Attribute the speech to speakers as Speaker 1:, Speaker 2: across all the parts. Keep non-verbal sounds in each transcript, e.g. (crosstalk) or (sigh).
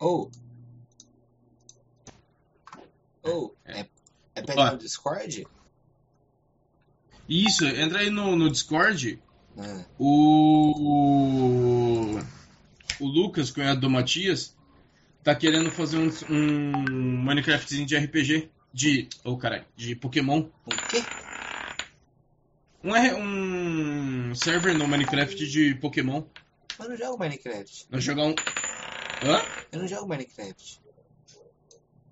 Speaker 1: Ou. Ou. É, é pra entrar no Discord?
Speaker 2: Isso, entra aí no, no Discord.
Speaker 1: Ah,
Speaker 2: O, o Lucas, cunhado do Matias, tá querendo fazer um, um Minecraftzinho de RPG. De. Oh, caralho, de Pokémon.
Speaker 1: o quê?
Speaker 2: Um, R- um server no Minecraft de Pokémon.
Speaker 1: Mas eu não jogo Minecraft.
Speaker 2: Nós jogar um. Hã?
Speaker 1: Eu não jogo Minecraft.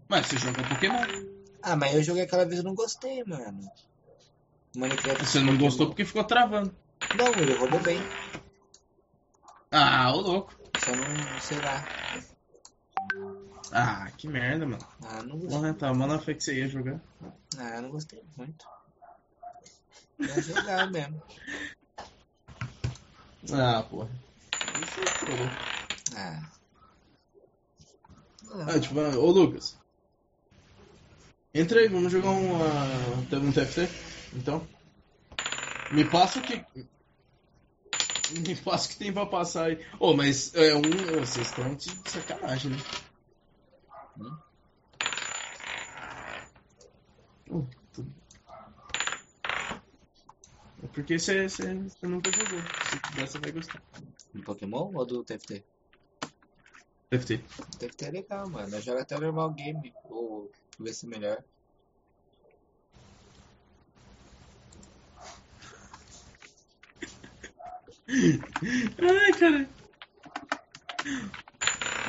Speaker 2: Mas você joga Pokémon.
Speaker 1: Ah, mas eu joguei aquela vez e não gostei, mano. Minecraft.
Speaker 2: Você não gostou porque ficou travando.
Speaker 1: Não, ele rodou bem.
Speaker 2: Ah, ô louco.
Speaker 1: Só não, sei lá.
Speaker 2: Ah, que merda, mano.
Speaker 1: Ah, não gostei.
Speaker 2: Porra, tá, mano, foi que você ia jogar.
Speaker 1: Ah, não gostei muito. Não jogar mesmo.
Speaker 2: Ah, porra. Isso é trollou.
Speaker 1: Ah.
Speaker 2: Ah, tipo, ah, ô Lucas. Entra aí, vamos jogar um, ah, um TFT? Então. Me passa o que. (laughs) Me passa o que tem pra passar aí. Ô, mas é um. ô, Vocês estão de sacanagem, né? Hum. Ô, tu- É porque você nunca jogou. Se puder, você vai gostar.
Speaker 1: Do Um Pokémon ou do TFT?
Speaker 2: TFT.
Speaker 1: TFT é legal, mano. Eu jogo até normal game. Ou ver se é melhor.
Speaker 2: Ai, cara.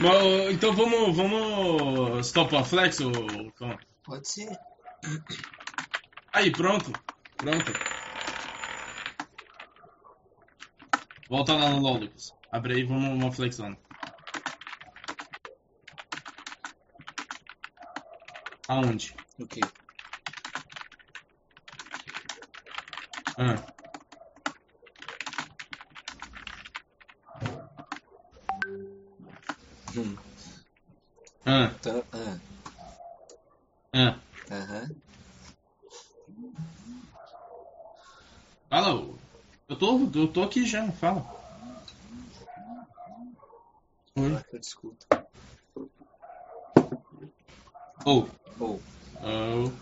Speaker 2: Mas, ô, então vamos, vamos stop a flex, ô, Cão?
Speaker 1: Pode ser.
Speaker 2: Aí, pronto. Pronto. Volta lá no LOL, Lucas. Abre aí, vamos uma flex lá. Aonde?
Speaker 1: O quê?
Speaker 2: Ah.
Speaker 1: Hum.
Speaker 2: Ah,
Speaker 1: Então, ah,
Speaker 2: ah.
Speaker 1: aham.
Speaker 2: Fala, ô. eu tô, eu tô aqui já, fala. Oi.
Speaker 1: Agora que eu discuto.
Speaker 2: Ô.
Speaker 1: Ou,
Speaker 2: Ah, o-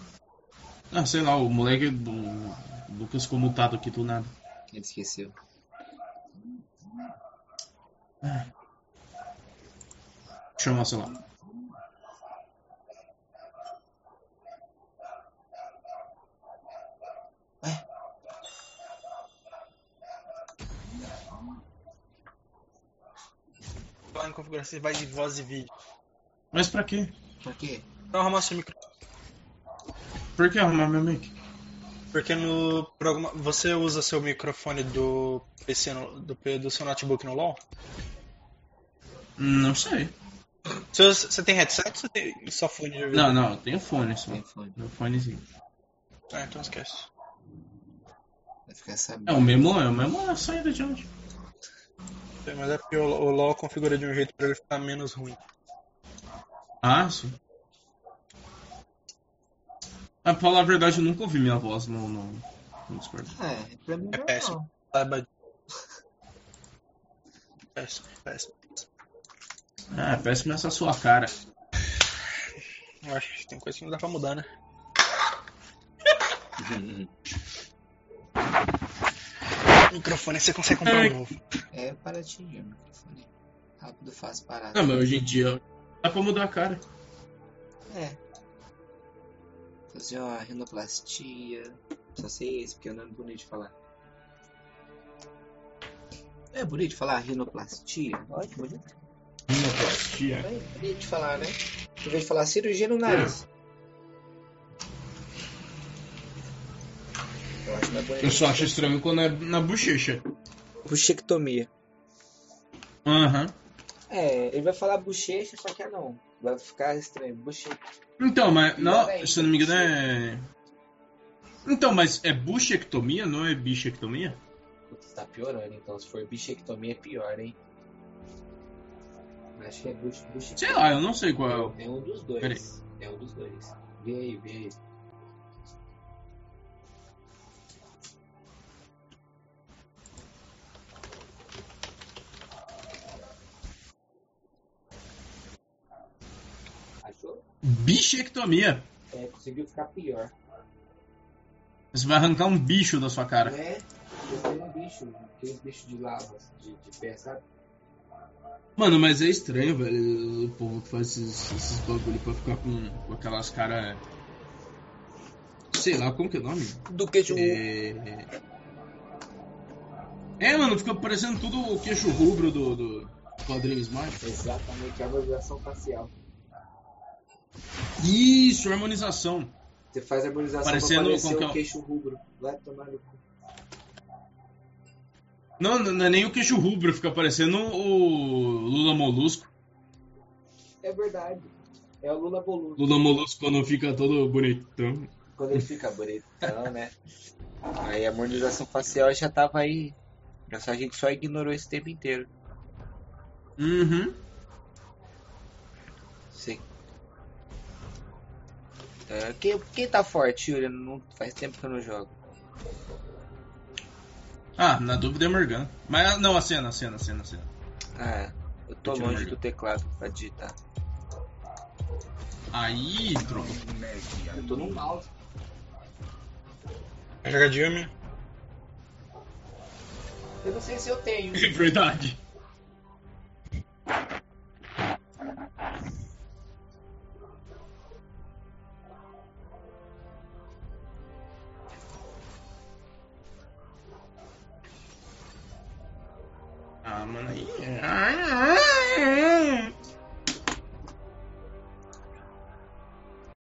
Speaker 2: Ah, sei lá, o moleque do o Lucas ficou mutado aqui do nada.
Speaker 1: ele esqueceu.
Speaker 2: Deixa eu chamar o celular.
Speaker 3: Vai em configuração, vai de voz e vídeo.
Speaker 2: Mas pra quê?
Speaker 1: Por quê?
Speaker 3: Não arrumar seu microfone.
Speaker 2: Por que arrumar meu mic?
Speaker 3: Porque no, por alguma, você usa seu microfone do PC no- do, P- do seu notebook no LoL?
Speaker 2: Hum, Não sei.
Speaker 3: Você, usa- você tem headset ou você tem só fone de ouvido?
Speaker 2: Não, não, eu tenho fone só.
Speaker 1: Tem fone.
Speaker 2: Meu fonezinho.
Speaker 3: Ah, então esquece.
Speaker 1: Vai ficar
Speaker 2: É
Speaker 1: sabendo.
Speaker 2: o mesmo, é o mesmo a saída de onde?
Speaker 3: É, Mas é porque o, o LoL configura de um jeito pra ele ficar menos ruim.
Speaker 2: Ah, sim. Ah, pra falar a verdade, eu nunca ouvi minha voz no, no, no Discord.
Speaker 1: É, pra mim
Speaker 3: É
Speaker 1: não.
Speaker 3: péssimo. Saiba disso. Péssimo, péssimo.
Speaker 2: Ah, péssima essa sua cara.
Speaker 3: Eu acho que tem coisa que não dá pra mudar, né? Microfone você consegue comprar
Speaker 2: Ai.
Speaker 3: um novo.
Speaker 1: (laughs) É baratinho o microfone. Rápido, fácil, parado.
Speaker 2: Ah, mas hoje em dia dá pra mudar a cara.
Speaker 1: É. Fazer uma rinoplastia. Só sei esse, porque é um nome bonito de falar. É bonito de falar rinoplastia? Olha que bonito.
Speaker 2: Rinoplastia.
Speaker 1: É bonito de falar, né? Em vez de falar cirurgia no nariz. Eu acho é mais bonito.
Speaker 2: Eu só acho estranho quando é na bochecha.
Speaker 1: Buchectomia.
Speaker 2: Aham.
Speaker 1: É, ele vai falar bochecha, só que é não. Vai ficar estranho. Bochecha.
Speaker 2: Então, mas não,
Speaker 1: Peraí.
Speaker 2: se eu não me engano é. Então, mas é buchectomia, não é bichectomia?
Speaker 1: Putz, tá piorando, então. Se for bichectomia, é pior, hein? Acho que é buche, buche...
Speaker 2: Sei lá, eu não sei qual é o.
Speaker 1: É um dos
Speaker 2: Peraí.
Speaker 1: dois. É um dos dois. Vê aí, vê aí.
Speaker 2: Bichectomia.
Speaker 1: É, conseguiu ficar pior.
Speaker 2: Você vai arrancar um bicho da sua cara.
Speaker 1: É, eu tenho um bicho, aqueles bichos de lava, de, de pé, sabe?
Speaker 2: Mano, mas é estranho, velho. O povo que faz esses, esses bagulho pra ficar com, com aquelas caras. Sei lá, como que é o nome?
Speaker 4: Do queijo.
Speaker 2: É... é, mano, fica parecendo tudo o queixo rubro do, do quadrinho Smart.
Speaker 1: Exatamente, é a harmonização facial.
Speaker 2: Isso, harmonização.
Speaker 1: Você faz a harmonização
Speaker 2: Parecendo
Speaker 1: pra parecer
Speaker 2: com é
Speaker 1: um
Speaker 2: aquela-
Speaker 1: queixo rubro. Vai tomar no cu.
Speaker 2: Não, não não é nem o queixo rubro, fica parecendo o Lula Molusco.
Speaker 1: É verdade. É o Lula Bolu.
Speaker 2: Lula Molusco quando fica todo bonitão.
Speaker 1: Quando ele fica bonitão, né? Aí a harmonização facial já tava aí. Já só- A gente só ignorou esse tempo inteiro.
Speaker 2: Uhum.
Speaker 1: Sim. É, quem, quem tá forte, Yuri? Não, faz tempo que eu não jogo.
Speaker 2: Ah, na dúvida é Morgana. Mas não, a cena, a cena, a cena, a cena.
Speaker 1: Ah, eu tô
Speaker 2: Eu te
Speaker 1: longe
Speaker 2: marco.
Speaker 1: do teclado pra digitar.
Speaker 2: Aí, tropa.
Speaker 1: Eu tô no mouse.
Speaker 3: Vai é jogar de Yumi?
Speaker 1: Eu não sei se eu tenho.
Speaker 2: É verdade. Ah, mano, aí.